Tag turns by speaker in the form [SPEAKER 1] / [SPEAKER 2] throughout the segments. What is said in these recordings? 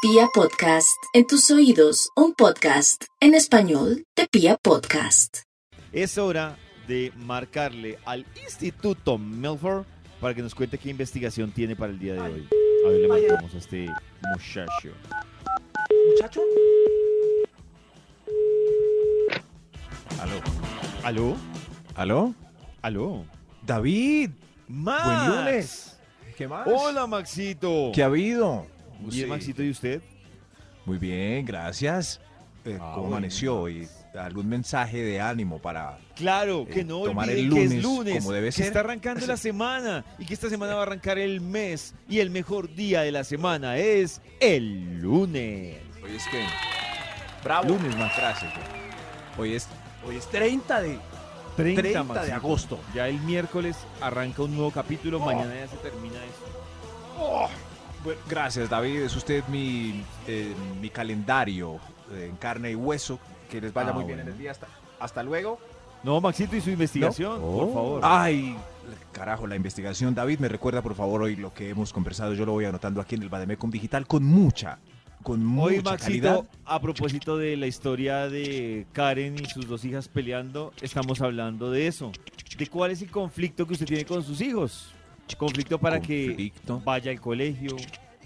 [SPEAKER 1] Pia Podcast, en tus oídos, un podcast en español de Pia Podcast.
[SPEAKER 2] Es hora de marcarle al Instituto Milford para que nos cuente qué investigación tiene para el día de hoy. A ver,
[SPEAKER 3] Ay,
[SPEAKER 2] le
[SPEAKER 3] ay.
[SPEAKER 2] marcamos a este muchacho.
[SPEAKER 3] Muchacho,
[SPEAKER 2] Aló. Aló.
[SPEAKER 4] ¿Aló?
[SPEAKER 2] Aló.
[SPEAKER 4] David,
[SPEAKER 2] Max.
[SPEAKER 4] buen lunes. ¿Qué más?
[SPEAKER 2] Ah. Hola, Maxito.
[SPEAKER 4] ¿Qué ha habido?
[SPEAKER 2] Bien,
[SPEAKER 4] Sí.
[SPEAKER 2] Maxito, ¿y usted?
[SPEAKER 4] Muy bien, gracias. Eh,
[SPEAKER 2] Ah,
[SPEAKER 4] ¿Cómo
[SPEAKER 2] bueno.
[SPEAKER 4] amaneció hoy? ¿Algún mensaje de ánimo para...
[SPEAKER 2] Claro, que
[SPEAKER 4] Eh,
[SPEAKER 2] no
[SPEAKER 4] tomar
[SPEAKER 2] olviden
[SPEAKER 4] el
[SPEAKER 2] que es
[SPEAKER 4] lunes
[SPEAKER 2] lunes,
[SPEAKER 4] como debe
[SPEAKER 2] que
[SPEAKER 4] ser.
[SPEAKER 2] está arrancando la semana y que esta semana va a arrancar el mes y el mejor día de la semana es el lunes.
[SPEAKER 4] Hoy es que...
[SPEAKER 3] bravo.
[SPEAKER 4] Lunes más gracias. güey. Hoy es
[SPEAKER 3] Hoy es 30 de,
[SPEAKER 2] 30,
[SPEAKER 3] 30 de
[SPEAKER 2] Maxito.
[SPEAKER 3] agosto.
[SPEAKER 2] Ya el miércoles arranca un nuevo capítulo,
[SPEAKER 4] Oh.
[SPEAKER 2] mañana ya se termina eso.
[SPEAKER 4] Bueno, gracias, David. Es usted mi, eh, mi calendario eh, en carne y hueso. Que les vaya
[SPEAKER 2] Ah,
[SPEAKER 4] muy bien
[SPEAKER 2] bueno.
[SPEAKER 4] en el día. Hasta, hasta luego.
[SPEAKER 2] No, Maxito, y su investigación, por favor.
[SPEAKER 4] Ay, carajo, la investigación. David, me recuerda, por favor, hoy lo que hemos conversado. Yo lo voy anotando aquí en el Bademecum Digital con mucha, con
[SPEAKER 2] Hoy,
[SPEAKER 4] mucha
[SPEAKER 2] Maxito,
[SPEAKER 4] calidad.
[SPEAKER 2] a propósito de la historia de Karen y sus dos hijas peleando, estamos hablando de eso. De cuál es el conflicto que usted tiene con sus hijos. Conflicto para
[SPEAKER 4] Conflicto
[SPEAKER 2] que vaya al colegio,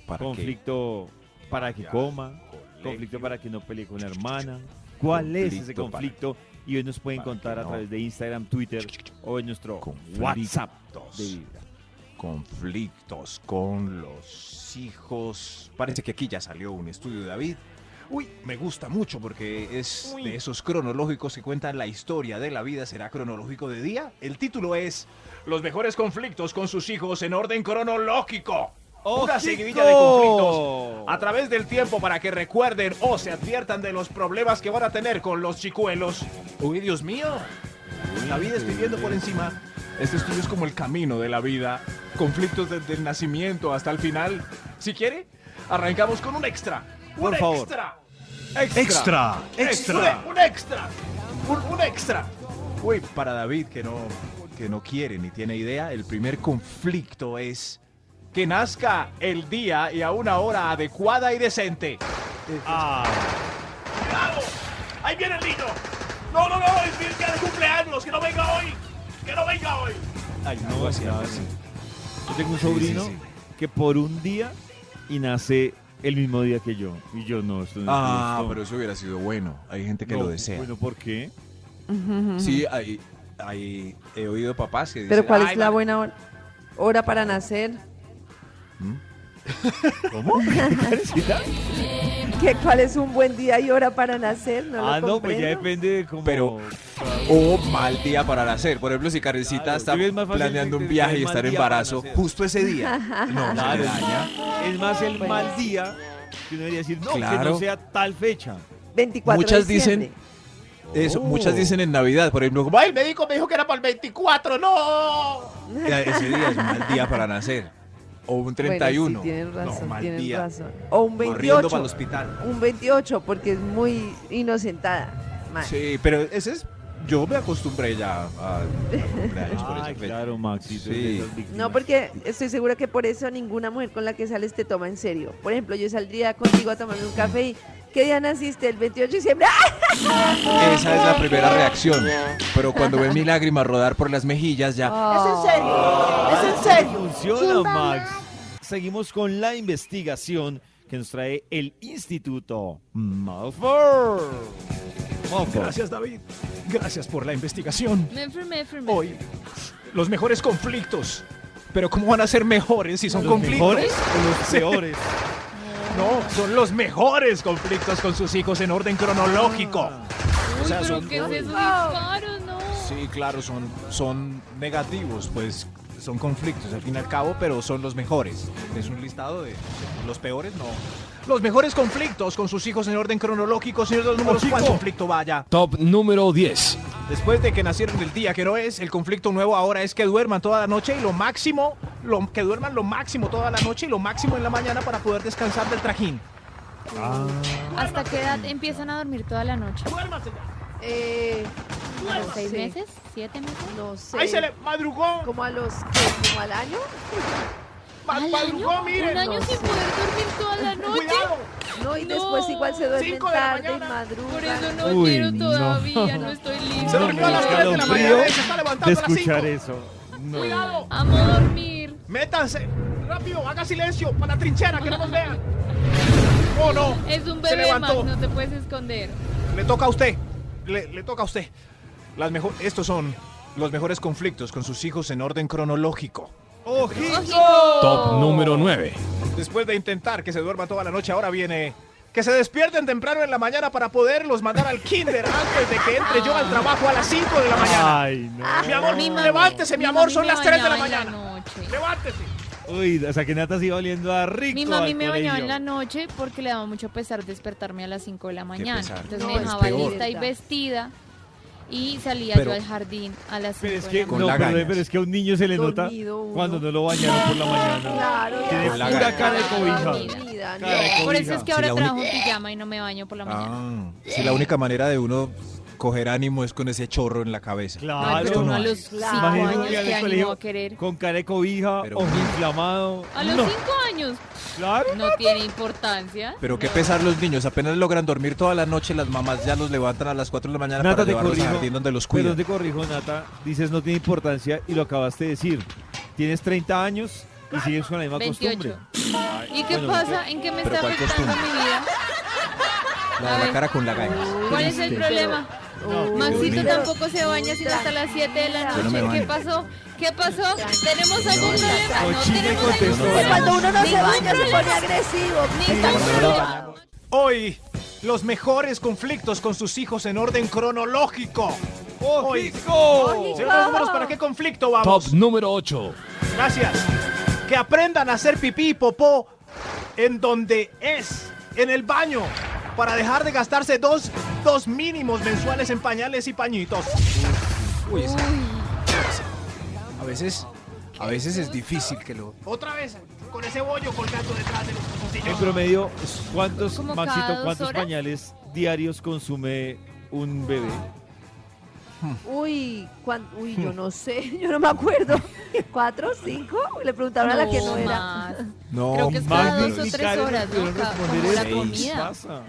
[SPEAKER 4] para que-
[SPEAKER 2] conflicto para que
[SPEAKER 4] Ya,
[SPEAKER 2] coma,
[SPEAKER 4] colegio.
[SPEAKER 2] conflicto para que no pelee con la hermana. ¿Cuál es ese
[SPEAKER 4] Conflicto para-
[SPEAKER 2] conflicto? Y hoy nos pueden
[SPEAKER 4] para que
[SPEAKER 2] contar a
[SPEAKER 4] no.
[SPEAKER 2] través de Instagram, Twitter o en nuestro
[SPEAKER 4] Conflictos.
[SPEAKER 2] WhatsApp de vida.
[SPEAKER 4] conflictos con los hijos. Parece que aquí ya salió un estudio de David. Uy, me gusta mucho porque es
[SPEAKER 2] Uy.
[SPEAKER 4] de esos cronológicos que cuentan la historia de la vida. ¿Será cronológico de día? El título es Los mejores conflictos con sus hijos en orden cronológico. Una seguidilla de conflictos a través del tiempo para que recuerden o se adviertan de los problemas que van a tener con los chicuelos. Uy, Dios mío. La vida es viviendo por encima. Este estudio es como el camino de la vida. Conflictos desde el nacimiento hasta el final. Si quiere, arrancamos con un extra.
[SPEAKER 2] Por
[SPEAKER 4] un
[SPEAKER 2] favor.
[SPEAKER 4] Extra. Extra. Extra.
[SPEAKER 5] e,
[SPEAKER 4] Un, un extra. Un, un extra. Uy, para David que no que no quiere ni tiene idea, el primer conflicto es que nazca el día y a una hora adecuada y decente.
[SPEAKER 2] Ah,
[SPEAKER 5] ¡Cuidado! ¡Ahí viene el niño! ¡No, no, no! ¡Es Virgen de cumpleaños! ¡Que no venga hoy! ¡Que no venga hoy!
[SPEAKER 2] ay, no,
[SPEAKER 4] Algo así,
[SPEAKER 2] no,
[SPEAKER 4] algo
[SPEAKER 2] no.
[SPEAKER 4] así.
[SPEAKER 2] Yo tengo un
[SPEAKER 4] Sí, sí,
[SPEAKER 2] sobrino
[SPEAKER 4] sí.
[SPEAKER 2] que por un día y nace el mismo día que yo. Y yo no, esto no es
[SPEAKER 4] Ah,
[SPEAKER 2] justo.
[SPEAKER 4] pero eso hubiera sido bueno. Hay gente que
[SPEAKER 2] No,
[SPEAKER 4] lo desea.
[SPEAKER 2] Bueno, ¿por qué?
[SPEAKER 4] Sí, hay, hay- he oído papás que dicen...
[SPEAKER 6] Pero ¿cuál es
[SPEAKER 4] "Ay,
[SPEAKER 6] la
[SPEAKER 4] ma-
[SPEAKER 6] buena hor- hora para nacer?
[SPEAKER 4] ¿Mm? ¿Cómo?
[SPEAKER 6] ¿Qué, ¿Cuál es un buen día y hora para nacer? No lo
[SPEAKER 2] ah, no, pues ya
[SPEAKER 6] comprendo.
[SPEAKER 2] depende de cómo.
[SPEAKER 4] Pero- O mal día para nacer. Por ejemplo, si Karencita
[SPEAKER 2] Claro,
[SPEAKER 4] está
[SPEAKER 2] yo creo que es más fácil
[SPEAKER 4] planeando un
[SPEAKER 2] que-
[SPEAKER 4] viaje
[SPEAKER 2] que
[SPEAKER 4] y
[SPEAKER 2] mal
[SPEAKER 4] estar en
[SPEAKER 2] día para
[SPEAKER 4] embarazo
[SPEAKER 2] nacer.
[SPEAKER 4] justo ese día. No, se
[SPEAKER 6] Ah.
[SPEAKER 2] Claro.
[SPEAKER 4] le daña.
[SPEAKER 2] Es más el
[SPEAKER 6] Bueno.
[SPEAKER 2] mal día que uno debería decir, no, que no
[SPEAKER 4] Claro.
[SPEAKER 2] sea tal fecha.
[SPEAKER 6] 24
[SPEAKER 4] Muchas
[SPEAKER 6] de
[SPEAKER 4] dicen-
[SPEAKER 6] diciembre.
[SPEAKER 4] Eso,
[SPEAKER 2] Oh.
[SPEAKER 4] muchas dicen en Navidad, por ejemplo, como, "Ay,
[SPEAKER 5] El médico me dijo que era para el 24, ¡no!
[SPEAKER 4] Ya, Ese día es un mal día para nacer. O un 31.
[SPEAKER 6] Bueno, sí, tienen razón,
[SPEAKER 4] no, mal
[SPEAKER 6] tienen
[SPEAKER 4] día.
[SPEAKER 6] razón. O un
[SPEAKER 4] Corriendo para el
[SPEAKER 6] 28.
[SPEAKER 4] hospital.
[SPEAKER 6] Un 28, porque es muy inocentada. Mal.
[SPEAKER 4] Sí, pero ese es. Yo me acostumbré ya a, a cumpleaños por esa
[SPEAKER 2] Ay,
[SPEAKER 4] fecha.
[SPEAKER 2] claro, Maxito.
[SPEAKER 4] Sí.
[SPEAKER 2] es de esas víctimas.
[SPEAKER 6] No, porque estoy segura que por eso ninguna mujer con la que sales te toma en serio. Por ejemplo, yo saldría contigo a tomarme un café y... ¿Qué día naciste? El 28 de diciembre. ¡Ah!
[SPEAKER 4] Esa es la primera reacción. Pero cuando ven mi lágrima rodar por las mejillas, ya.
[SPEAKER 6] Es en serio.
[SPEAKER 2] en serio. Funciona, Max. Seguimos con la investigación que nos trae el Instituto Malfour.
[SPEAKER 7] Gracias, David. Gracias por la investigación.
[SPEAKER 8] Mefer, mefer, mefer.
[SPEAKER 7] Hoy, los mejores conflictos. Pero ¿cómo van a ser mejores si son
[SPEAKER 2] ¿Los
[SPEAKER 7] conflictos?
[SPEAKER 2] mejores o los peores?
[SPEAKER 7] No, son los mejores conflictos con sus hijos en orden cronológico.
[SPEAKER 8] Uy,
[SPEAKER 4] sea,
[SPEAKER 8] pero
[SPEAKER 4] son-
[SPEAKER 8] ¿qué es eso? Disparo, no.
[SPEAKER 4] Sí, claro, son, son negativos, pues son conflictos al fin y al cabo, pero son los mejores. Es un listado de los peores, no.
[SPEAKER 7] Los mejores conflictos con sus hijos en orden cronológico, señor de los números. ¿Cuál conflicto vaya?
[SPEAKER 9] Top número 10.
[SPEAKER 7] Después de que nacieron el día que no es, el conflicto nuevo ahora es que duerman toda la noche y lo máximo, lo, que duerman lo máximo toda la noche y lo máximo en la mañana para poder descansar del trajín.
[SPEAKER 8] ¿Hasta qué edad empiezan a dormir toda la noche?
[SPEAKER 5] ¡Duérmase ya!
[SPEAKER 6] Eh, no
[SPEAKER 8] ¿Seis
[SPEAKER 6] sé,
[SPEAKER 8] meses? ¿Siete meses?
[SPEAKER 6] No sé.
[SPEAKER 5] ¡Ahí se le madrugó!
[SPEAKER 6] Como a los... ¿qué? ¿Como al año?
[SPEAKER 5] Ma-
[SPEAKER 8] ¿Al
[SPEAKER 5] ¡Madrugó,
[SPEAKER 8] año? ¿Un
[SPEAKER 5] miren!
[SPEAKER 8] año sin poder dormir toda la noche?
[SPEAKER 5] ¡Cuidado!
[SPEAKER 6] y después igual se duermen
[SPEAKER 4] Cinco de la
[SPEAKER 6] tarde y
[SPEAKER 4] mañana.
[SPEAKER 8] Por
[SPEAKER 6] madrugan.
[SPEAKER 8] eso no
[SPEAKER 2] Uy,
[SPEAKER 8] quiero
[SPEAKER 2] no.
[SPEAKER 8] todavía, no, estoy libre.
[SPEAKER 4] Se durmió a las
[SPEAKER 2] no,
[SPEAKER 4] 3 de la
[SPEAKER 2] escalofrío
[SPEAKER 4] mañana, y se está
[SPEAKER 2] de
[SPEAKER 4] levantando a las 5.
[SPEAKER 2] escuchar eso. No.
[SPEAKER 4] ¡Cuidado!
[SPEAKER 8] Amo dormir.
[SPEAKER 4] ¡Métanse! ¡Rápido! ¡Haga silencio! ¡Para la trinchera! ¡Que no nos vean! ¡Oh, no!
[SPEAKER 8] Es un
[SPEAKER 4] Se
[SPEAKER 8] bebé,
[SPEAKER 4] levantó.
[SPEAKER 8] Max, no te puedes esconder.
[SPEAKER 4] Le toca a usted. Le, le toca a usted. Las mejor... Estos son los mejores conflictos con sus hijos en orden cronológico. Oh,
[SPEAKER 8] ¡Ojito!
[SPEAKER 9] Top número 9.
[SPEAKER 4] Después de intentar que se duerma toda la noche, ahora viene... Que se despierten temprano en la mañana para poderlos mandar al kinder antes de que entre yo al trabajo a las 5 de la mañana.
[SPEAKER 2] Ay, no.
[SPEAKER 4] Mi amor,
[SPEAKER 8] Ah. Mi mami-
[SPEAKER 4] levántese, mi amor,
[SPEAKER 8] mami
[SPEAKER 4] son
[SPEAKER 8] me
[SPEAKER 4] las 3 de la
[SPEAKER 8] bañaba en
[SPEAKER 4] mañana.
[SPEAKER 8] noche.
[SPEAKER 4] Levántese.
[SPEAKER 2] Uy, o sea que Nata se iba oliendo a rico.
[SPEAKER 8] Mi mami
[SPEAKER 2] al
[SPEAKER 8] me bañaba
[SPEAKER 2] colegio.
[SPEAKER 8] en la noche porque le daba mucho pesar despertarme a las 5 de la mañana.
[SPEAKER 4] pesar.
[SPEAKER 8] Entonces
[SPEAKER 6] No,
[SPEAKER 8] me
[SPEAKER 6] es
[SPEAKER 8] dejaba
[SPEAKER 6] peor.
[SPEAKER 8] lista y vestida y salía
[SPEAKER 4] Pero-
[SPEAKER 8] yo al jardín a las 5
[SPEAKER 2] Pero es
[SPEAKER 8] de
[SPEAKER 2] que,
[SPEAKER 8] la
[SPEAKER 4] Con
[SPEAKER 2] no,
[SPEAKER 4] la
[SPEAKER 2] perdón,
[SPEAKER 4] gañas.
[SPEAKER 2] pero es que a un niño se le nota
[SPEAKER 6] Dormido uno.
[SPEAKER 2] cuando no lo bañaron por la mañana.
[SPEAKER 6] Claro, ya.
[SPEAKER 2] Tiene
[SPEAKER 4] Con la
[SPEAKER 2] pura
[SPEAKER 4] gaña.
[SPEAKER 2] cara de
[SPEAKER 8] Dormida.
[SPEAKER 2] cobija.
[SPEAKER 6] Dormida,
[SPEAKER 2] Cara de
[SPEAKER 8] mañana. Por eso
[SPEAKER 2] cobija.
[SPEAKER 8] es que ahora trabajo en pijama y no me baño por la mañana.
[SPEAKER 4] Ah, si la única manera de uno coger ánimo es con ese chorro en la cabeza.
[SPEAKER 8] Ay,
[SPEAKER 2] Claro.
[SPEAKER 8] pero uno a
[SPEAKER 4] hay.
[SPEAKER 8] los 5
[SPEAKER 6] Claro.
[SPEAKER 8] años,
[SPEAKER 2] que al
[SPEAKER 8] ¿qué ánimo
[SPEAKER 2] colegio
[SPEAKER 8] va a querer?
[SPEAKER 2] Con cara de cobija,
[SPEAKER 4] Pero-
[SPEAKER 2] ojo inflamado.
[SPEAKER 8] A los
[SPEAKER 2] Ah. no,
[SPEAKER 8] 5 años
[SPEAKER 2] claro.
[SPEAKER 8] no tiene importancia.
[SPEAKER 4] Pero qué pesar los niños, apenas logran dormir toda la noche, las mamás ya los levantan a las 4 de la mañana
[SPEAKER 2] Nata
[SPEAKER 4] para
[SPEAKER 2] te
[SPEAKER 4] llevarlos al
[SPEAKER 2] corrijo.
[SPEAKER 4] jardín donde los
[SPEAKER 2] Pero
[SPEAKER 4] cuidan.
[SPEAKER 2] te corrijo, Nata. Dices no tiene importancia y lo acabaste de decir. Tienes 30 años y sigues con la misma
[SPEAKER 8] 28.
[SPEAKER 2] costumbre.
[SPEAKER 8] ¿Y qué
[SPEAKER 2] bueno,
[SPEAKER 8] pasa? ¿En qué me
[SPEAKER 4] pero
[SPEAKER 8] está
[SPEAKER 4] ¿cuál
[SPEAKER 8] afectando mi
[SPEAKER 4] costumbre?
[SPEAKER 8] vida?
[SPEAKER 4] La
[SPEAKER 8] A
[SPEAKER 4] de la
[SPEAKER 8] ver.
[SPEAKER 4] cara con la gaña.
[SPEAKER 8] ¿Cuál es el
[SPEAKER 4] Triste.
[SPEAKER 8] problema?
[SPEAKER 6] Uy,
[SPEAKER 8] Maxito
[SPEAKER 6] pero-
[SPEAKER 8] tampoco se baña sino hasta las 7 de la
[SPEAKER 6] Yo
[SPEAKER 4] no me
[SPEAKER 8] noche. ¿Qué
[SPEAKER 4] baño.
[SPEAKER 8] pasó? ¿qué pasó? ¿Tenemos algún problema? No
[SPEAKER 2] Cochina y
[SPEAKER 8] tenemos algún
[SPEAKER 2] contestó.
[SPEAKER 6] Que
[SPEAKER 8] problema.
[SPEAKER 6] Pues cuando uno no se
[SPEAKER 8] Ningún
[SPEAKER 6] baña se
[SPEAKER 8] problema.
[SPEAKER 6] pone agresivo.
[SPEAKER 8] Ningún problema.
[SPEAKER 7] Hoy, los mejores conflictos con sus hijos en orden cronológico. Hoy, Señor de los números, ¿para qué conflicto
[SPEAKER 9] Top
[SPEAKER 7] vamos?
[SPEAKER 9] número 8.
[SPEAKER 7] Gracias. Que aprendan a hacer pipí y popó en donde es, en el baño, para dejar de gastarse dos, dos mínimos mensuales en pañales y pañitos.
[SPEAKER 4] Uy, es- A veces, a veces es difícil que lo.
[SPEAKER 7] Otra vez, con ese bollo colgando detrás de los
[SPEAKER 2] En
[SPEAKER 7] calzoncillos.
[SPEAKER 2] promedio, ¿cuántos,
[SPEAKER 8] Como cada
[SPEAKER 2] Maxito,
[SPEAKER 8] dos
[SPEAKER 2] cuántos
[SPEAKER 8] horas.
[SPEAKER 2] pañales diarios consume un bebé?
[SPEAKER 6] Uy, cuan- uy, yo no sé, yo no me acuerdo. ¿Cuatro, cinco? Le preguntaron a la que no era.
[SPEAKER 8] más.
[SPEAKER 4] No,
[SPEAKER 8] Creo que es
[SPEAKER 4] más
[SPEAKER 8] Pues cada
[SPEAKER 4] de-
[SPEAKER 8] dos o
[SPEAKER 2] ni
[SPEAKER 8] tres
[SPEAKER 2] Karen
[SPEAKER 8] horas, ¿no?
[SPEAKER 2] pudieron
[SPEAKER 8] Ca-
[SPEAKER 2] responder
[SPEAKER 8] Como la
[SPEAKER 2] eso.
[SPEAKER 8] comida.
[SPEAKER 2] Pasa.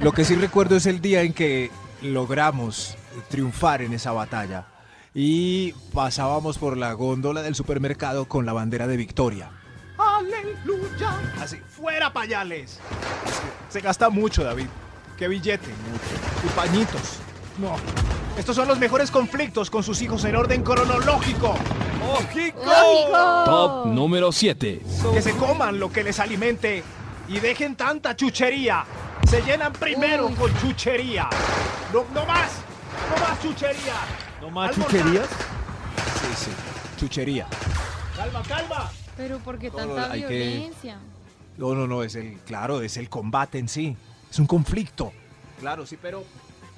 [SPEAKER 4] Lo que sí recuerdo es el día en que logramos triunfar en esa batalla y pasábamos por la góndola del supermercado con la bandera de victoria.
[SPEAKER 7] ¡Aleluya! Así, fuera pañales. Se gasta mucho, David. Qué billete. Y pañitos. No. Estos son los mejores conflictos con sus hijos en orden cronológico.
[SPEAKER 6] ¡Lógico!
[SPEAKER 9] Top número 7.
[SPEAKER 7] Que se coman lo que les alimente y dejen tanta chuchería. Se llenan primero
[SPEAKER 8] Uy.
[SPEAKER 7] con chuchería. No, no más. No más chuchería.
[SPEAKER 2] ¿No más
[SPEAKER 7] Almorzar.
[SPEAKER 2] chucherías?
[SPEAKER 4] Sí, sí. Chuchería.
[SPEAKER 7] Calma, calma.
[SPEAKER 8] Pero ¿por qué
[SPEAKER 4] No, no,
[SPEAKER 8] tanta
[SPEAKER 4] hay que-
[SPEAKER 8] violencia?
[SPEAKER 4] No, no, no, es el, claro, es el combate en sí. Es un conflicto.
[SPEAKER 7] Claro, sí, pero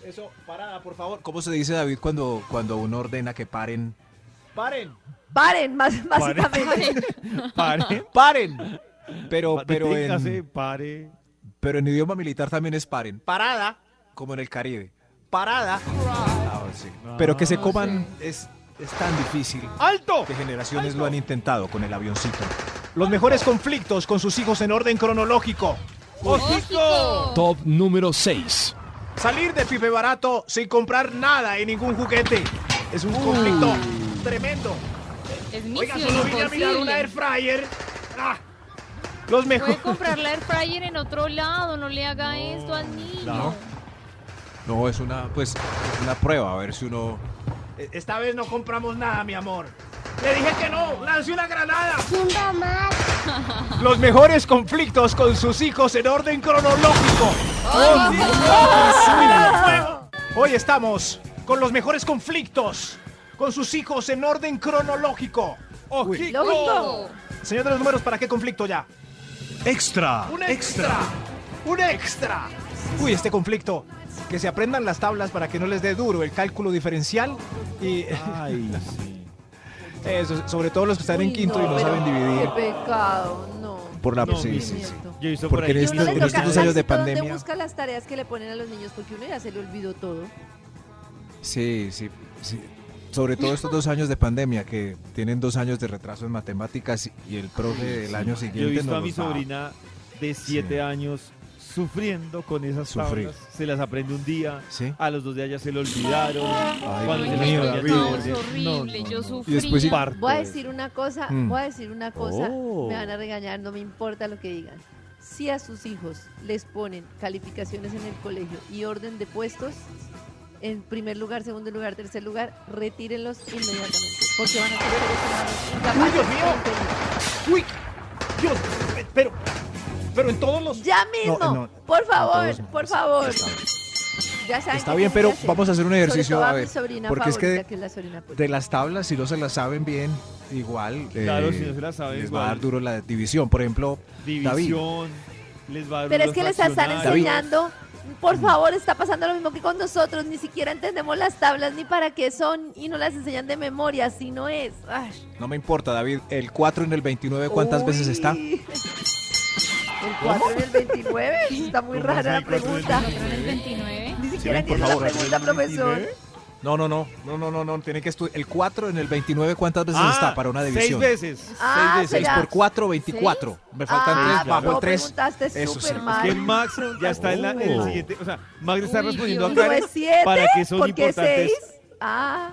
[SPEAKER 7] eso, parada, por favor.
[SPEAKER 4] ¿Cómo se dice, David, cuando, cuando uno ordena que paren?
[SPEAKER 7] Paren.
[SPEAKER 6] Paren, más, básicamente.
[SPEAKER 2] Pare.
[SPEAKER 4] ¡Paren! Pero, pero,
[SPEAKER 2] Deténgase,
[SPEAKER 4] en,
[SPEAKER 2] pare.
[SPEAKER 4] pero en idioma militar también es paren.
[SPEAKER 7] Parada.
[SPEAKER 4] Como en el Caribe. Parada. Ah, sí. Pero que se
[SPEAKER 8] Ah,
[SPEAKER 4] coman es, es tan difícil
[SPEAKER 7] ¡Alto!
[SPEAKER 4] que generaciones lo han intentado con el avioncito.
[SPEAKER 7] Los mejores conflictos con sus hijos en orden cronológico.
[SPEAKER 8] ¡Ojito!
[SPEAKER 9] Top número 6.
[SPEAKER 7] Salir de Pipe Barato sin comprar nada y ningún juguete. Es un conflicto tremendo.
[SPEAKER 8] Es
[SPEAKER 7] Oiga,
[SPEAKER 8] misión
[SPEAKER 7] solo vine a mirar una air
[SPEAKER 8] imposible.
[SPEAKER 7] fryer. Ah, los
[SPEAKER 8] Puede
[SPEAKER 7] mejores.
[SPEAKER 8] comprar la air fryer en otro lado, no le haga esto al niño.
[SPEAKER 2] claro.
[SPEAKER 4] No, es una, pues, es una prueba, a ver si uno...
[SPEAKER 7] E- Esta vez no compramos nada, mi amor. Le dije que no, lance una granada. Los mejores conflictos con sus hijos en orden cronológico. Hoy estamos con los mejores conflictos con sus hijos en orden cronológico.
[SPEAKER 6] Lógico.
[SPEAKER 7] Señor de los números, ¿para qué conflicto ya?
[SPEAKER 9] Extra.
[SPEAKER 7] Un extra. Un extra. Uy, este conflicto. Que se aprendan las tablas para que no les dé duro el cálculo diferencial y
[SPEAKER 2] Ay, sí.
[SPEAKER 4] Eso, sobre todo los que están en
[SPEAKER 6] Uy,
[SPEAKER 4] quinto y no
[SPEAKER 6] pero
[SPEAKER 4] saben dividir.
[SPEAKER 6] Qué pecado, no.
[SPEAKER 4] Por la...
[SPEAKER 2] No,
[SPEAKER 4] Ah, pues sí,
[SPEAKER 2] mi-
[SPEAKER 4] sí, sí.
[SPEAKER 2] Yo he visto por ahí.
[SPEAKER 4] Porque en
[SPEAKER 6] Y
[SPEAKER 4] esto-
[SPEAKER 6] uno le
[SPEAKER 4] en
[SPEAKER 6] toca
[SPEAKER 4] estos dos años de
[SPEAKER 6] Maxito, ¿dónde
[SPEAKER 4] pandemia-
[SPEAKER 6] busca las tareas que le ponen a los niños? Porque uno ya se le olvidó todo.
[SPEAKER 4] Sí, sí, sí. Sobre todo estos dos años de pandemia que tienen dos años de retraso en matemáticas y el profe del año
[SPEAKER 2] Yo he
[SPEAKER 4] siguiente
[SPEAKER 2] visto
[SPEAKER 4] no
[SPEAKER 2] a mi
[SPEAKER 4] los da.
[SPEAKER 2] sobrina de 7
[SPEAKER 4] Sí.
[SPEAKER 2] años sufriendo con esas
[SPEAKER 4] Sufrir.
[SPEAKER 2] tablas. Se las aprende un día,
[SPEAKER 4] Sí.
[SPEAKER 2] a los dos días ya se lo olvidaron.
[SPEAKER 4] Ay,
[SPEAKER 2] cuando
[SPEAKER 4] Dios
[SPEAKER 2] se las
[SPEAKER 4] mío,
[SPEAKER 2] ponía
[SPEAKER 4] David.
[SPEAKER 2] todas,
[SPEAKER 8] No, este es
[SPEAKER 2] no,
[SPEAKER 8] horrible,
[SPEAKER 2] no,
[SPEAKER 8] yo
[SPEAKER 2] no.
[SPEAKER 8] sufrí.
[SPEAKER 4] Y después sí-
[SPEAKER 2] Parto
[SPEAKER 6] Voy a
[SPEAKER 2] de
[SPEAKER 6] decir una cosa,
[SPEAKER 4] Pues, Mm.
[SPEAKER 6] voy a decir una cosa,
[SPEAKER 2] Oh.
[SPEAKER 6] me van a regañar, no me importa lo que digan. Si a sus hijos les ponen calificaciones en el colegio y orden de puestos, en primer lugar, segundo lugar, tercer lugar, retírenlos inmediatamente, porque van a ser seres humanos
[SPEAKER 7] ¡Uy, Dios mío!
[SPEAKER 6] incapaces de entender.
[SPEAKER 7] ¡Uy! Dios, pe- pero. Pero en todos los.
[SPEAKER 6] Ya mismo,
[SPEAKER 4] No, no,
[SPEAKER 6] por
[SPEAKER 4] no,
[SPEAKER 6] favor,
[SPEAKER 4] todos no.
[SPEAKER 6] por favor. Ya saben
[SPEAKER 4] Está bien,
[SPEAKER 6] qué tienen
[SPEAKER 4] pero
[SPEAKER 6] que hacer.
[SPEAKER 4] vamos a hacer un ejercicio,
[SPEAKER 6] Sobre todo
[SPEAKER 4] a ver,
[SPEAKER 6] mi sobrina
[SPEAKER 4] porque es que-
[SPEAKER 6] favorita, que es la sobrina Poli.
[SPEAKER 4] De las tablas, si no se las saben bien, igual.
[SPEAKER 2] Claro, si no se las saben,
[SPEAKER 4] Eh, Les va a dar
[SPEAKER 2] igual.
[SPEAKER 4] duro la división. Por ejemplo,
[SPEAKER 2] división, les va a dar
[SPEAKER 6] Pero es
[SPEAKER 2] unos
[SPEAKER 6] que les están
[SPEAKER 2] fraccionarios.
[SPEAKER 6] enseñando. Por favor, está pasando lo mismo que con nosotros. Ni siquiera entendemos las tablas ni para qué son y no las enseñan de memoria. Así no es. Ay.
[SPEAKER 4] no me importa, David, el 4 en el 29, ¿cuántas veces
[SPEAKER 6] Uy.
[SPEAKER 4] está?
[SPEAKER 6] El 4 en el 29. Está muy
[SPEAKER 2] ¿Cómo
[SPEAKER 6] rara
[SPEAKER 2] así, cuatro
[SPEAKER 6] la
[SPEAKER 2] en el
[SPEAKER 6] pregunta.
[SPEAKER 8] El otro en el 29.
[SPEAKER 6] Ni siquiera
[SPEAKER 4] por
[SPEAKER 6] entiendo la
[SPEAKER 4] favor,
[SPEAKER 6] pregunta, profesor.
[SPEAKER 4] No, no, no, no, no, no, no, tiene que estudiar. El 4 en el 29, ¿cuántas veces
[SPEAKER 2] Ah,
[SPEAKER 4] está para una división?
[SPEAKER 2] Seis veces.
[SPEAKER 6] Ah,
[SPEAKER 4] 6
[SPEAKER 6] será.
[SPEAKER 4] por 4, 24. Me faltan
[SPEAKER 6] ah,
[SPEAKER 4] 3, bajo el
[SPEAKER 6] vos
[SPEAKER 4] 3.
[SPEAKER 6] preguntaste
[SPEAKER 4] Eso sí.
[SPEAKER 6] súper
[SPEAKER 4] Es
[SPEAKER 6] mal.
[SPEAKER 2] Que Max ya está en, la, en el
[SPEAKER 4] Oh.
[SPEAKER 2] siguiente. O sea, Max le está
[SPEAKER 8] Uy,
[SPEAKER 2] respondiendo a
[SPEAKER 8] Dios.
[SPEAKER 6] No
[SPEAKER 2] Karen.
[SPEAKER 6] es 7.
[SPEAKER 2] para que son
[SPEAKER 6] porque es
[SPEAKER 2] importantes.
[SPEAKER 6] 6. Ah,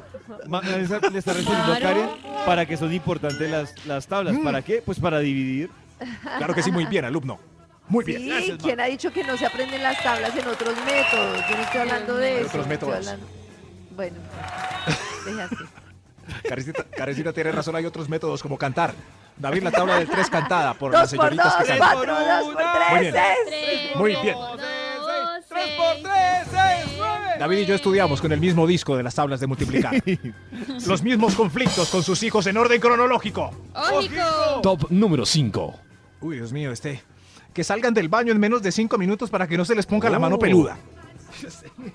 [SPEAKER 2] Ma- le está le está respondiendo a Karen
[SPEAKER 8] Claro.
[SPEAKER 2] para que son importantes las, las
[SPEAKER 4] Mm.
[SPEAKER 2] tablas. ¿Para qué? Pues para dividir.
[SPEAKER 4] Claro que sí, muy bien, alumno. Muy bien.
[SPEAKER 6] sí,
[SPEAKER 4] Gracias,
[SPEAKER 6] ¿quién ha dicho que no se aprenden las tablas en otros métodos? Yo no estoy hablando de
[SPEAKER 8] Hay
[SPEAKER 6] eso.
[SPEAKER 4] otros
[SPEAKER 6] no estoy
[SPEAKER 4] métodos.
[SPEAKER 6] hablando- Bueno, deje así.
[SPEAKER 4] Carecita, Carecita tiene razón, hay otros métodos como cantar. David, la tabla del 3 cantada por las
[SPEAKER 6] Dos por
[SPEAKER 4] señoritas
[SPEAKER 6] dos,
[SPEAKER 4] que cantan.
[SPEAKER 6] cuatro, dos por
[SPEAKER 4] Muy
[SPEAKER 6] tres,
[SPEAKER 4] bien.
[SPEAKER 6] seis.
[SPEAKER 8] Tres,
[SPEAKER 4] Muy bien.
[SPEAKER 8] dos,
[SPEAKER 2] Seis,
[SPEAKER 8] seis,
[SPEAKER 2] tres por tres, seis, nueve.
[SPEAKER 4] David y yo estudiamos con el mismo disco de las tablas de multiplicar.
[SPEAKER 7] Los mismos conflictos con sus hijos en orden cronológico.
[SPEAKER 8] Ojico.
[SPEAKER 9] Top número 5.
[SPEAKER 4] Uy, Dios mío, este. Que salgan del baño en menos de 5 minutos para que no se les ponga la mano
[SPEAKER 2] Oh.
[SPEAKER 4] peluda.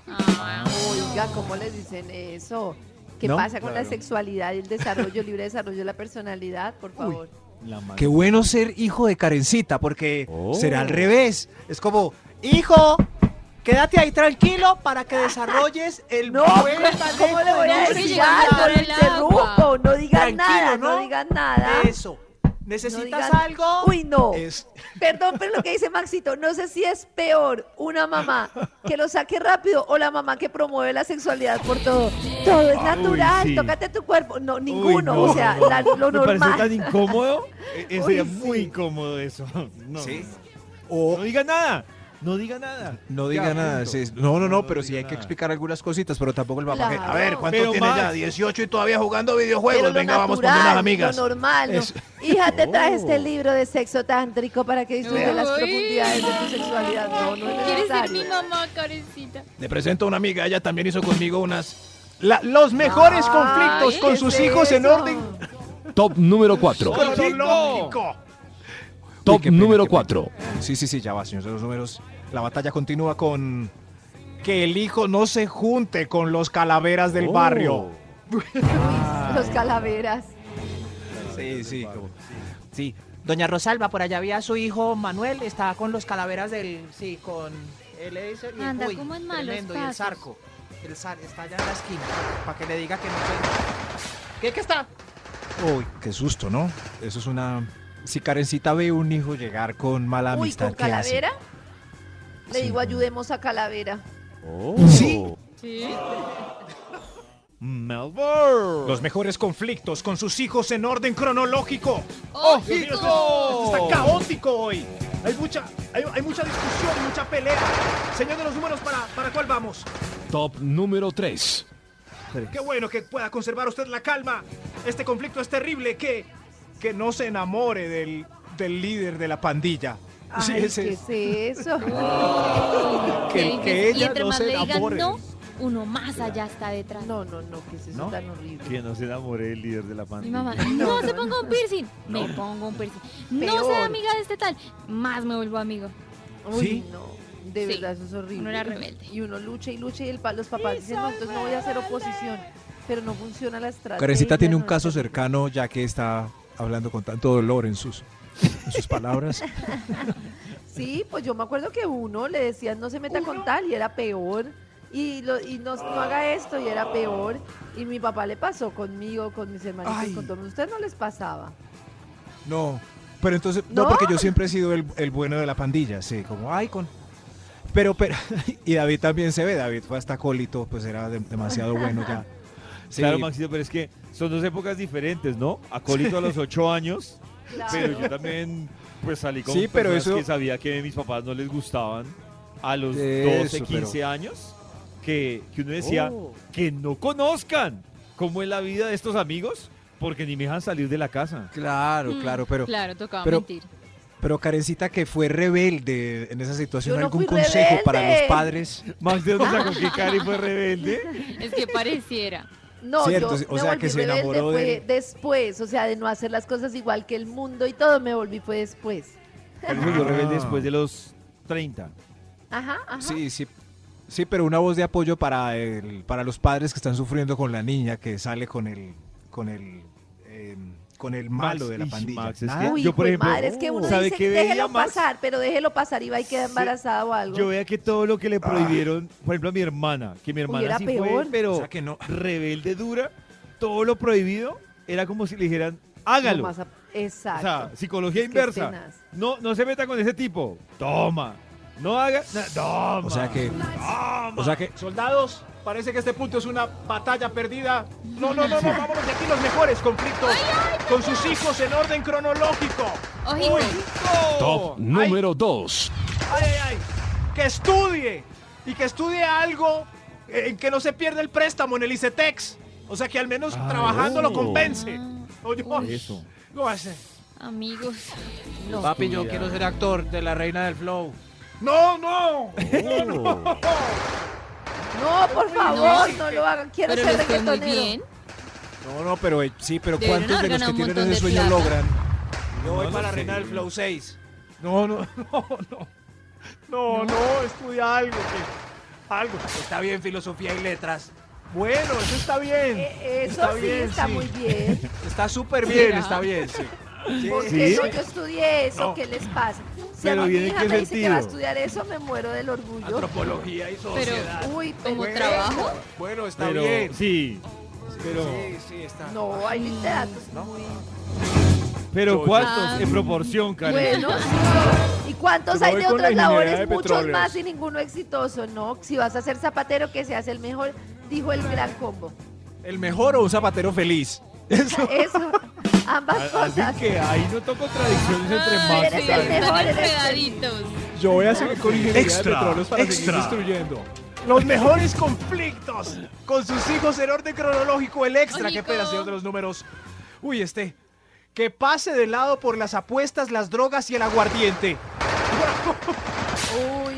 [SPEAKER 8] Ah,
[SPEAKER 6] Oiga, ¿cómo les dicen eso? ¿Qué
[SPEAKER 4] ¿No?
[SPEAKER 6] pasa con la
[SPEAKER 4] Claro.
[SPEAKER 6] sexualidad y el desarrollo, libre desarrollo de la personalidad? Por favor.
[SPEAKER 2] La mano.
[SPEAKER 4] Qué bueno ser hijo de Karencita, porque será al revés. Es como, hijo, quédate ahí tranquilo para que desarrolles el
[SPEAKER 6] No, ¿cómo le voy a
[SPEAKER 8] no,
[SPEAKER 6] decir
[SPEAKER 8] llegando
[SPEAKER 6] algo?
[SPEAKER 8] por
[SPEAKER 6] Lo
[SPEAKER 8] el agua.
[SPEAKER 6] interrumpo. No digan
[SPEAKER 4] Tranquilo,
[SPEAKER 6] nada,
[SPEAKER 4] ¿no?
[SPEAKER 6] no digan nada.
[SPEAKER 4] Eso.
[SPEAKER 6] No digan- Uy, no.
[SPEAKER 4] Es-
[SPEAKER 6] Perdón, pero lo que dice Maxito, no sé si es peor una mamá que lo saque rápido o la mamá que promueve la sexualidad por todo. Todo es natural,
[SPEAKER 2] sí.
[SPEAKER 6] tócate tu cuerpo. No, ninguno,
[SPEAKER 2] no,
[SPEAKER 6] o sea,
[SPEAKER 2] no,
[SPEAKER 6] la-
[SPEAKER 2] no.
[SPEAKER 6] lo
[SPEAKER 2] Me pareció tan
[SPEAKER 6] normal.
[SPEAKER 2] incómodo. Eh, eh, sería
[SPEAKER 6] Uy, sí.
[SPEAKER 2] muy incómodo eso. No,
[SPEAKER 4] Sí.
[SPEAKER 2] no,
[SPEAKER 4] O
[SPEAKER 2] no diga nada. No diga nada.
[SPEAKER 4] no
[SPEAKER 2] Ya,
[SPEAKER 4] diga nada.
[SPEAKER 2] punto.
[SPEAKER 4] sí, No, no, no,
[SPEAKER 2] No
[SPEAKER 4] pero
[SPEAKER 2] diga
[SPEAKER 4] sí hay que
[SPEAKER 2] nada.
[SPEAKER 4] explicar algunas cositas, pero tampoco el ¡Ah! papá. que-
[SPEAKER 6] Claro.
[SPEAKER 4] A ver,
[SPEAKER 7] ¿Cuánto
[SPEAKER 2] Pero
[SPEAKER 7] tiene
[SPEAKER 2] más.
[SPEAKER 7] ya? 18 y todavía jugando
[SPEAKER 6] Pero
[SPEAKER 7] videojuegos.
[SPEAKER 6] lo
[SPEAKER 7] Venga, vamos con
[SPEAKER 6] natural,
[SPEAKER 7] unas amigas. Oh.
[SPEAKER 6] Lo normal. ¿no?
[SPEAKER 4] Es-
[SPEAKER 6] Hija, te traje este libro de sexo tántrico para que disfrutes las
[SPEAKER 8] Uy.
[SPEAKER 6] profundidades de tu sexualidad. No, no es
[SPEAKER 8] ¿Quieres ser mi
[SPEAKER 6] necesario.
[SPEAKER 8] mamá, carecita?
[SPEAKER 7] Le presento a una amiga, ella también hizo conmigo unas. la- los mejores conflictos
[SPEAKER 6] Ay,
[SPEAKER 7] con
[SPEAKER 6] ¿qué
[SPEAKER 7] sus
[SPEAKER 6] es
[SPEAKER 7] hijos en
[SPEAKER 6] eso?
[SPEAKER 7] orden
[SPEAKER 9] Top número 4.
[SPEAKER 7] cronológico.
[SPEAKER 9] Top
[SPEAKER 4] qué pena,
[SPEAKER 9] número
[SPEAKER 4] qué pena.
[SPEAKER 9] 4.
[SPEAKER 4] Sí, sí, sí, ya va, señor de los números. La batalla continúa con que el hijo no se junte con los calaveras
[SPEAKER 9] Oh.
[SPEAKER 2] Oh.
[SPEAKER 4] del barrio.
[SPEAKER 6] Los calaveras.
[SPEAKER 4] Sí, sí. como- Sí.
[SPEAKER 10] Doña Rosalba, por allá había su hijo Manuel, estaba con los calaveras del. Sí, con. eh, Él le dice. y-
[SPEAKER 8] Anda
[SPEAKER 10] uy,
[SPEAKER 8] como en malos
[SPEAKER 10] tremendo, Y el
[SPEAKER 8] pasos.
[SPEAKER 10] zarco. El zar está allá en la esquina. Para que le diga que no. soy- ¿Qué, qué está?
[SPEAKER 4] Uy, qué susto, ¿no? Eso es una... Si Karencita ve un hijo llegar con mala
[SPEAKER 6] Uy,
[SPEAKER 4] amistad,
[SPEAKER 6] con
[SPEAKER 4] ¿qué hace?
[SPEAKER 6] calavera. Le
[SPEAKER 4] Sí.
[SPEAKER 6] digo, ayudemos a calavera.
[SPEAKER 2] Oh.
[SPEAKER 4] Sí.
[SPEAKER 8] Sí.
[SPEAKER 2] Melbourne.
[SPEAKER 7] Los mejores conflictos con sus hijos en orden cronológico.
[SPEAKER 6] Oh,
[SPEAKER 8] ¡Ojico!
[SPEAKER 7] Está caótico hoy. Hay mucha, hay, hay mucha discusión, mucha pelea. Señor de los números, ¿para, para cuál vamos?
[SPEAKER 9] Top número 3.
[SPEAKER 7] Qué bueno que pueda conservar usted la calma. Este conflicto es terrible. Que,
[SPEAKER 4] Que no se enamore del, del líder de la pandilla.
[SPEAKER 6] Ay,
[SPEAKER 4] Sí, ese es.
[SPEAKER 6] ¿qué es eso?
[SPEAKER 4] que-
[SPEAKER 8] Le dices,
[SPEAKER 4] que
[SPEAKER 8] y
[SPEAKER 4] ella
[SPEAKER 8] entre
[SPEAKER 4] no
[SPEAKER 8] más
[SPEAKER 4] se
[SPEAKER 8] le digan
[SPEAKER 4] enamore.
[SPEAKER 8] no, uno más allá está detrás.
[SPEAKER 6] No, no, no, ¿qué es eso
[SPEAKER 4] ¿No?
[SPEAKER 6] tan horrible?
[SPEAKER 2] Que no se enamore del líder de la
[SPEAKER 8] Mi
[SPEAKER 2] pandilla.
[SPEAKER 8] mamá,
[SPEAKER 6] No, no,
[SPEAKER 8] no, se ponga un piercing, me pongo un piercing. No
[SPEAKER 6] Peor.
[SPEAKER 8] sea amiga de este tal, más me vuelvo amigo.
[SPEAKER 6] Uy,
[SPEAKER 4] ¿Sí?
[SPEAKER 6] no. De
[SPEAKER 8] Sí.
[SPEAKER 6] verdad, eso es horrible.
[SPEAKER 8] Uno era rebelde.
[SPEAKER 6] Y uno lucha y lucha y el pa- los papás dicen, no, entonces no voy a hacer oposición. Pero no funciona la estrategia.
[SPEAKER 4] Karencita tiene un
[SPEAKER 6] no
[SPEAKER 4] caso
[SPEAKER 6] es-
[SPEAKER 4] cercano ya que está hablando con tanto dolor en sus, en sus palabras.
[SPEAKER 6] Sí, pues yo me acuerdo que uno le decían no se meta con tal y era peor. Y, lo, y no, no haga esto y era peor. Y mi papá le pasó conmigo, con mis hermanitos,
[SPEAKER 4] Ay.
[SPEAKER 6] con todos. Usted no les pasaba.
[SPEAKER 4] No, pero entonces, no,
[SPEAKER 6] ¿No?
[SPEAKER 4] porque yo siempre he sido el, el bueno de la pandilla, sí, como, ay, con, Pero, pero, y David también se ve, David fue hasta colito, pues era de- demasiado bueno ya. Sí.
[SPEAKER 2] Claro, Maxito, pero es que son dos épocas diferentes, ¿no? Acólito a los ocho años,
[SPEAKER 6] Claro.
[SPEAKER 2] pero yo también pues salí con
[SPEAKER 4] Sí, pero
[SPEAKER 2] personas
[SPEAKER 4] eso-
[SPEAKER 2] que sabía que mis papás no les gustaban a los
[SPEAKER 4] Eso,
[SPEAKER 2] 12, 15
[SPEAKER 4] pero-
[SPEAKER 2] años, que, que uno decía
[SPEAKER 4] Oh.
[SPEAKER 2] que no conozcan cómo es la vida de estos amigos, porque ni me dejan salir de la casa.
[SPEAKER 4] Claro, claro, pero,
[SPEAKER 8] Mm. Claro, tocaba
[SPEAKER 4] pero-
[SPEAKER 8] mentir.
[SPEAKER 4] pero Karencita que fue rebelde en esa situación,
[SPEAKER 8] Yo no
[SPEAKER 4] ¿algún
[SPEAKER 8] fui
[SPEAKER 4] consejo para los
[SPEAKER 8] rebelde.
[SPEAKER 4] padres?
[SPEAKER 2] Max, ¿de dónde sacó que Karen fue rebelde?
[SPEAKER 8] Es que pareciera.
[SPEAKER 6] No,
[SPEAKER 4] Cierto,
[SPEAKER 6] yo
[SPEAKER 4] o
[SPEAKER 6] me
[SPEAKER 4] sea,
[SPEAKER 6] volví
[SPEAKER 4] que se
[SPEAKER 6] rebelde
[SPEAKER 4] enamoró
[SPEAKER 6] fue
[SPEAKER 4] de él.
[SPEAKER 6] después, o sea, de no hacer las cosas igual que el mundo y todo, me volví fue después.
[SPEAKER 2] Pero yo rebelde después de los 30.
[SPEAKER 6] Ajá, ajá.
[SPEAKER 4] Sí, sí. Sí, pero una voz de apoyo para el, para los padres que están sufriendo con la niña que sale con el con el eh, con el malo de la
[SPEAKER 2] Ish,
[SPEAKER 4] pandilla.
[SPEAKER 2] Max, es
[SPEAKER 4] Nada.
[SPEAKER 2] que
[SPEAKER 6] Uy,
[SPEAKER 2] yo, por
[SPEAKER 6] jue
[SPEAKER 2] ejemplo,
[SPEAKER 6] madre, es que uno
[SPEAKER 2] ¿sabe
[SPEAKER 6] dice,
[SPEAKER 2] qué veía,
[SPEAKER 6] déjelo
[SPEAKER 2] Max?
[SPEAKER 6] pasar, pero déjelo pasar y va y queda embarazada o algo.
[SPEAKER 2] Yo veía que todo lo que le prohibieron, por ejemplo, a mi hermana, que mi hermana
[SPEAKER 6] era
[SPEAKER 2] sí
[SPEAKER 6] peor.
[SPEAKER 2] fue, pero
[SPEAKER 4] O sea que no.
[SPEAKER 2] rebelde dura, todo lo prohibido era como si le dijeran, hágalo.
[SPEAKER 6] No más a- Exacto.
[SPEAKER 2] O sea, psicología
[SPEAKER 6] Es que
[SPEAKER 2] inversa.
[SPEAKER 6] tenaz.
[SPEAKER 2] No, no se meta con ese tipo. Toma. No haga. na- toma.
[SPEAKER 4] O sea que o sea que
[SPEAKER 7] Soldados, parece que este punto es una batalla perdida. No, no, no, no, vámonos de aquí los mejores conflictos con sus hijos en orden cronológico.
[SPEAKER 8] Ojito.
[SPEAKER 7] Oh,
[SPEAKER 9] Top número 2.
[SPEAKER 7] Ay, ay, ay. Que estudie y que estudie algo eh, en que no se pierda el préstamo en el ICETEX. O sea, que al menos trabajando lo
[SPEAKER 2] oh.
[SPEAKER 7] compense. Oh, No, yo-
[SPEAKER 2] Eso.
[SPEAKER 7] no, ese-
[SPEAKER 8] Amigos.
[SPEAKER 11] Papi, yo quiero ser actor de la reina del flow.
[SPEAKER 7] no, no.
[SPEAKER 4] Oh,
[SPEAKER 6] No, por favor, no, lo hagan. Quiero
[SPEAKER 8] Pero
[SPEAKER 6] ser
[SPEAKER 8] les fue muy
[SPEAKER 6] reggaetonero.
[SPEAKER 8] bien.
[SPEAKER 4] no, no, pero eh, sí, pero
[SPEAKER 8] Debieron
[SPEAKER 4] cuántos de
[SPEAKER 8] haber
[SPEAKER 4] los que
[SPEAKER 8] ganado un
[SPEAKER 4] tienen
[SPEAKER 8] montón
[SPEAKER 4] ese
[SPEAKER 8] de
[SPEAKER 4] sueño
[SPEAKER 8] plata.
[SPEAKER 4] logran.
[SPEAKER 11] Yo voy
[SPEAKER 2] No,
[SPEAKER 11] para
[SPEAKER 2] no
[SPEAKER 11] la
[SPEAKER 2] sé,
[SPEAKER 11] reina del
[SPEAKER 2] yo-
[SPEAKER 11] flow 6.
[SPEAKER 7] No, no, no, no. No, no, estudia algo. que- algo.
[SPEAKER 11] Está bien, filosofía y letras.
[SPEAKER 7] Bueno, eso está bien.
[SPEAKER 6] Eh, Eso
[SPEAKER 7] Está
[SPEAKER 6] sí
[SPEAKER 7] bien,
[SPEAKER 6] está
[SPEAKER 7] sí.
[SPEAKER 6] muy bien.
[SPEAKER 11] Está súper bien,
[SPEAKER 7] Bien,
[SPEAKER 8] Mira.
[SPEAKER 11] está
[SPEAKER 7] está
[SPEAKER 11] bien.
[SPEAKER 7] bien, sí.
[SPEAKER 6] Porque
[SPEAKER 2] ¿Sí?
[SPEAKER 6] no, yo estudié eso, ¿qué les pasa? Si
[SPEAKER 2] Pero
[SPEAKER 6] a mí mi
[SPEAKER 2] bien, ¿en
[SPEAKER 6] hija
[SPEAKER 2] qué
[SPEAKER 6] me dice que va a
[SPEAKER 2] sentido?
[SPEAKER 6] estudiar eso, me muero del orgullo.
[SPEAKER 7] Antropología y
[SPEAKER 8] Pero
[SPEAKER 7] sociedad.
[SPEAKER 6] Uy,
[SPEAKER 8] como
[SPEAKER 6] pero-
[SPEAKER 8] trabajo.
[SPEAKER 6] uh,
[SPEAKER 7] bueno, está
[SPEAKER 2] Pero
[SPEAKER 7] bien.
[SPEAKER 2] sí. Pero,
[SPEAKER 7] Sí, sí, está.
[SPEAKER 6] No, hay literatos muy...
[SPEAKER 2] pero
[SPEAKER 7] Yo-
[SPEAKER 2] ¿cuántos?
[SPEAKER 8] Ah.
[SPEAKER 2] en proporción, Karen.
[SPEAKER 6] Bueno, sí. ¿y cuántos
[SPEAKER 7] Yo me
[SPEAKER 6] hay
[SPEAKER 7] voy
[SPEAKER 6] de
[SPEAKER 7] con la
[SPEAKER 6] otras
[SPEAKER 7] ingeniera
[SPEAKER 6] labores?
[SPEAKER 7] de
[SPEAKER 6] Muchos
[SPEAKER 7] petróleos.
[SPEAKER 6] más y ninguno exitoso, ¿no? Si vas a ser zapatero, que seas el mejor, dijo el gran combo.
[SPEAKER 4] El mejor o un zapatero feliz. Eso.
[SPEAKER 6] Eso, ambas
[SPEAKER 2] Así
[SPEAKER 6] cosas.
[SPEAKER 2] que ahí no toco contradicciones entre
[SPEAKER 8] Ay,
[SPEAKER 2] Max y
[SPEAKER 6] eres
[SPEAKER 8] sí,
[SPEAKER 6] el
[SPEAKER 2] Karen.
[SPEAKER 8] están
[SPEAKER 6] mejor, eres el-
[SPEAKER 8] enredaditos.
[SPEAKER 4] Yo voy a seguir con ingeniería
[SPEAKER 7] Extra,
[SPEAKER 4] de petróleos para seguir
[SPEAKER 7] extra.
[SPEAKER 4] destruyendo.
[SPEAKER 7] Los mejores conflictos con sus hijos en orden cronológico. El extra, qué
[SPEAKER 8] Lógico.
[SPEAKER 7] pena, señor de los números. Uy, este. Que pase de lado por las apuestas, las drogas y el aguardiente.
[SPEAKER 6] Uy,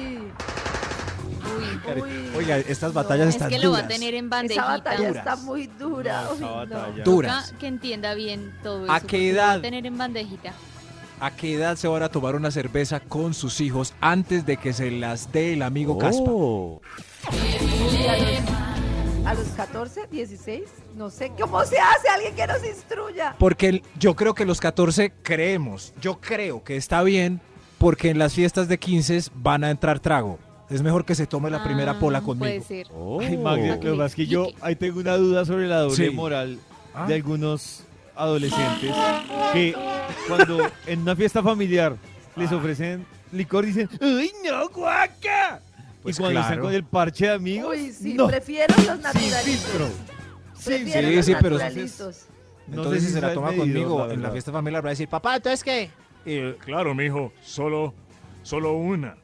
[SPEAKER 8] Uy.
[SPEAKER 6] uy.
[SPEAKER 4] Oiga, estas
[SPEAKER 6] No,
[SPEAKER 4] batallas
[SPEAKER 8] Es
[SPEAKER 4] están
[SPEAKER 8] que lo va
[SPEAKER 4] duras.
[SPEAKER 8] a tener en
[SPEAKER 6] Esa
[SPEAKER 8] bandejita.
[SPEAKER 6] batalla
[SPEAKER 4] Duras.
[SPEAKER 6] está muy dura.
[SPEAKER 2] No,
[SPEAKER 6] uy,
[SPEAKER 2] esa
[SPEAKER 6] no.
[SPEAKER 2] batalla.
[SPEAKER 4] Duras.
[SPEAKER 8] Toca Que entienda bien todo eso.
[SPEAKER 4] ¿A
[SPEAKER 8] porque
[SPEAKER 4] qué
[SPEAKER 8] lo va
[SPEAKER 4] edad?
[SPEAKER 8] Tener en bandejita.
[SPEAKER 4] ¿A qué edad se van a tomar una cerveza con sus hijos antes de que se las dé el amigo Caspa?
[SPEAKER 2] Oh.
[SPEAKER 6] Uy, a los- A los 14, 16, no sé cómo se hace, alguien que nos instruya.
[SPEAKER 4] Porque el- yo creo que los 14 creemos, yo creo que está bien, porque en las fiestas de 15 van a entrar trago. Es mejor que se tome la primera
[SPEAKER 8] Ah,
[SPEAKER 4] pola conmigo.
[SPEAKER 8] Puede ser.
[SPEAKER 2] Ay, Max, lo que pasa es que yo ahí tengo una duda sobre la doble
[SPEAKER 4] Oh. Sí.
[SPEAKER 2] moral
[SPEAKER 4] Ah.
[SPEAKER 2] de algunos adolescentes que cuando en una fiesta familiar les
[SPEAKER 4] Ah.
[SPEAKER 2] ofrecen licor dicen ¡Uy, no, guaca!
[SPEAKER 4] Pues
[SPEAKER 2] y cuando están
[SPEAKER 4] claro.
[SPEAKER 2] con el parche de amigos,
[SPEAKER 6] Uy, sí,
[SPEAKER 2] no,
[SPEAKER 6] prefiero los naturalitos. Prefiero
[SPEAKER 4] sí,
[SPEAKER 6] los
[SPEAKER 4] sí, pero-
[SPEAKER 6] naturalitos.
[SPEAKER 2] No
[SPEAKER 4] Entonces
[SPEAKER 2] sé
[SPEAKER 4] si
[SPEAKER 2] si
[SPEAKER 4] se la
[SPEAKER 2] sean
[SPEAKER 4] toma
[SPEAKER 2] medidos,
[SPEAKER 4] conmigo
[SPEAKER 2] la
[SPEAKER 4] en la
[SPEAKER 2] verdad.
[SPEAKER 4] fiesta familiar va a decir, papá, ¿entonces qué?
[SPEAKER 12] Eh, claro, mijo, solo, solo una.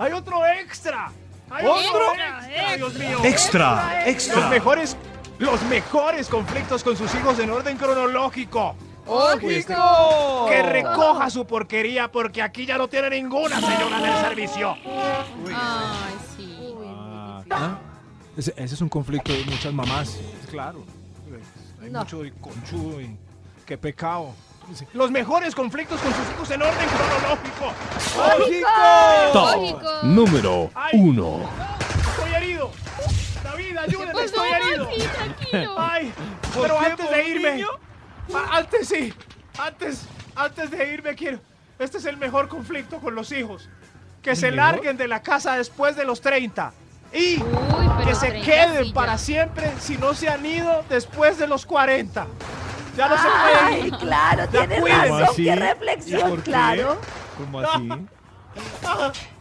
[SPEAKER 7] ¡Hay otro extra! ¡Hay
[SPEAKER 8] ¿Otro?
[SPEAKER 7] otro extra! ¡Dios mío!
[SPEAKER 12] Extra,
[SPEAKER 7] Los mejores, los mejores conflictos con sus hijos en orden cronológico. Pues, Que recoja su porquería porque aquí ya no tiene ninguna señora del servicio.
[SPEAKER 8] Ay, sí.
[SPEAKER 2] Ah,
[SPEAKER 4] ¿Ah? Ese, ese es un conflicto de muchas mamás. Claro. Hay
[SPEAKER 6] No.
[SPEAKER 4] mucho de conchudo y qué pecado.
[SPEAKER 7] Los mejores conflictos con sus hijos en orden cronológico.
[SPEAKER 9] Top
[SPEAKER 8] Lógico.
[SPEAKER 9] número 1.
[SPEAKER 7] Estoy herido. David,
[SPEAKER 8] ¿Qué
[SPEAKER 7] ayúdame,
[SPEAKER 8] pasó,
[SPEAKER 7] estoy herido.
[SPEAKER 8] Maxi? Pues Tranquilo.
[SPEAKER 7] Ay,
[SPEAKER 2] ¿Por
[SPEAKER 7] pero
[SPEAKER 2] qué,
[SPEAKER 7] antes de
[SPEAKER 2] por un
[SPEAKER 7] irme.
[SPEAKER 2] niño?
[SPEAKER 7] a- Antes sí. Antes, antes de irme quiero. Este es el mejor conflicto con los hijos. Que se
[SPEAKER 2] mejor?
[SPEAKER 7] larguen de la casa después de los 30.
[SPEAKER 8] Uy,
[SPEAKER 7] Y
[SPEAKER 8] Uh, pero
[SPEAKER 7] que se
[SPEAKER 8] 30
[SPEAKER 7] queden
[SPEAKER 8] sí ya.
[SPEAKER 7] para siempre si no se han ido después de los 40. Ya no se pueden
[SPEAKER 6] Ay,
[SPEAKER 7] ir.
[SPEAKER 6] claro,
[SPEAKER 7] Ya
[SPEAKER 6] tienes
[SPEAKER 7] cuido.
[SPEAKER 6] razón,
[SPEAKER 2] ¿Cómo así?
[SPEAKER 6] qué
[SPEAKER 2] ¿Y por
[SPEAKER 6] reflexión,
[SPEAKER 2] qué?
[SPEAKER 6] claro.
[SPEAKER 2] ¿Cómo así?
[SPEAKER 7] Ah,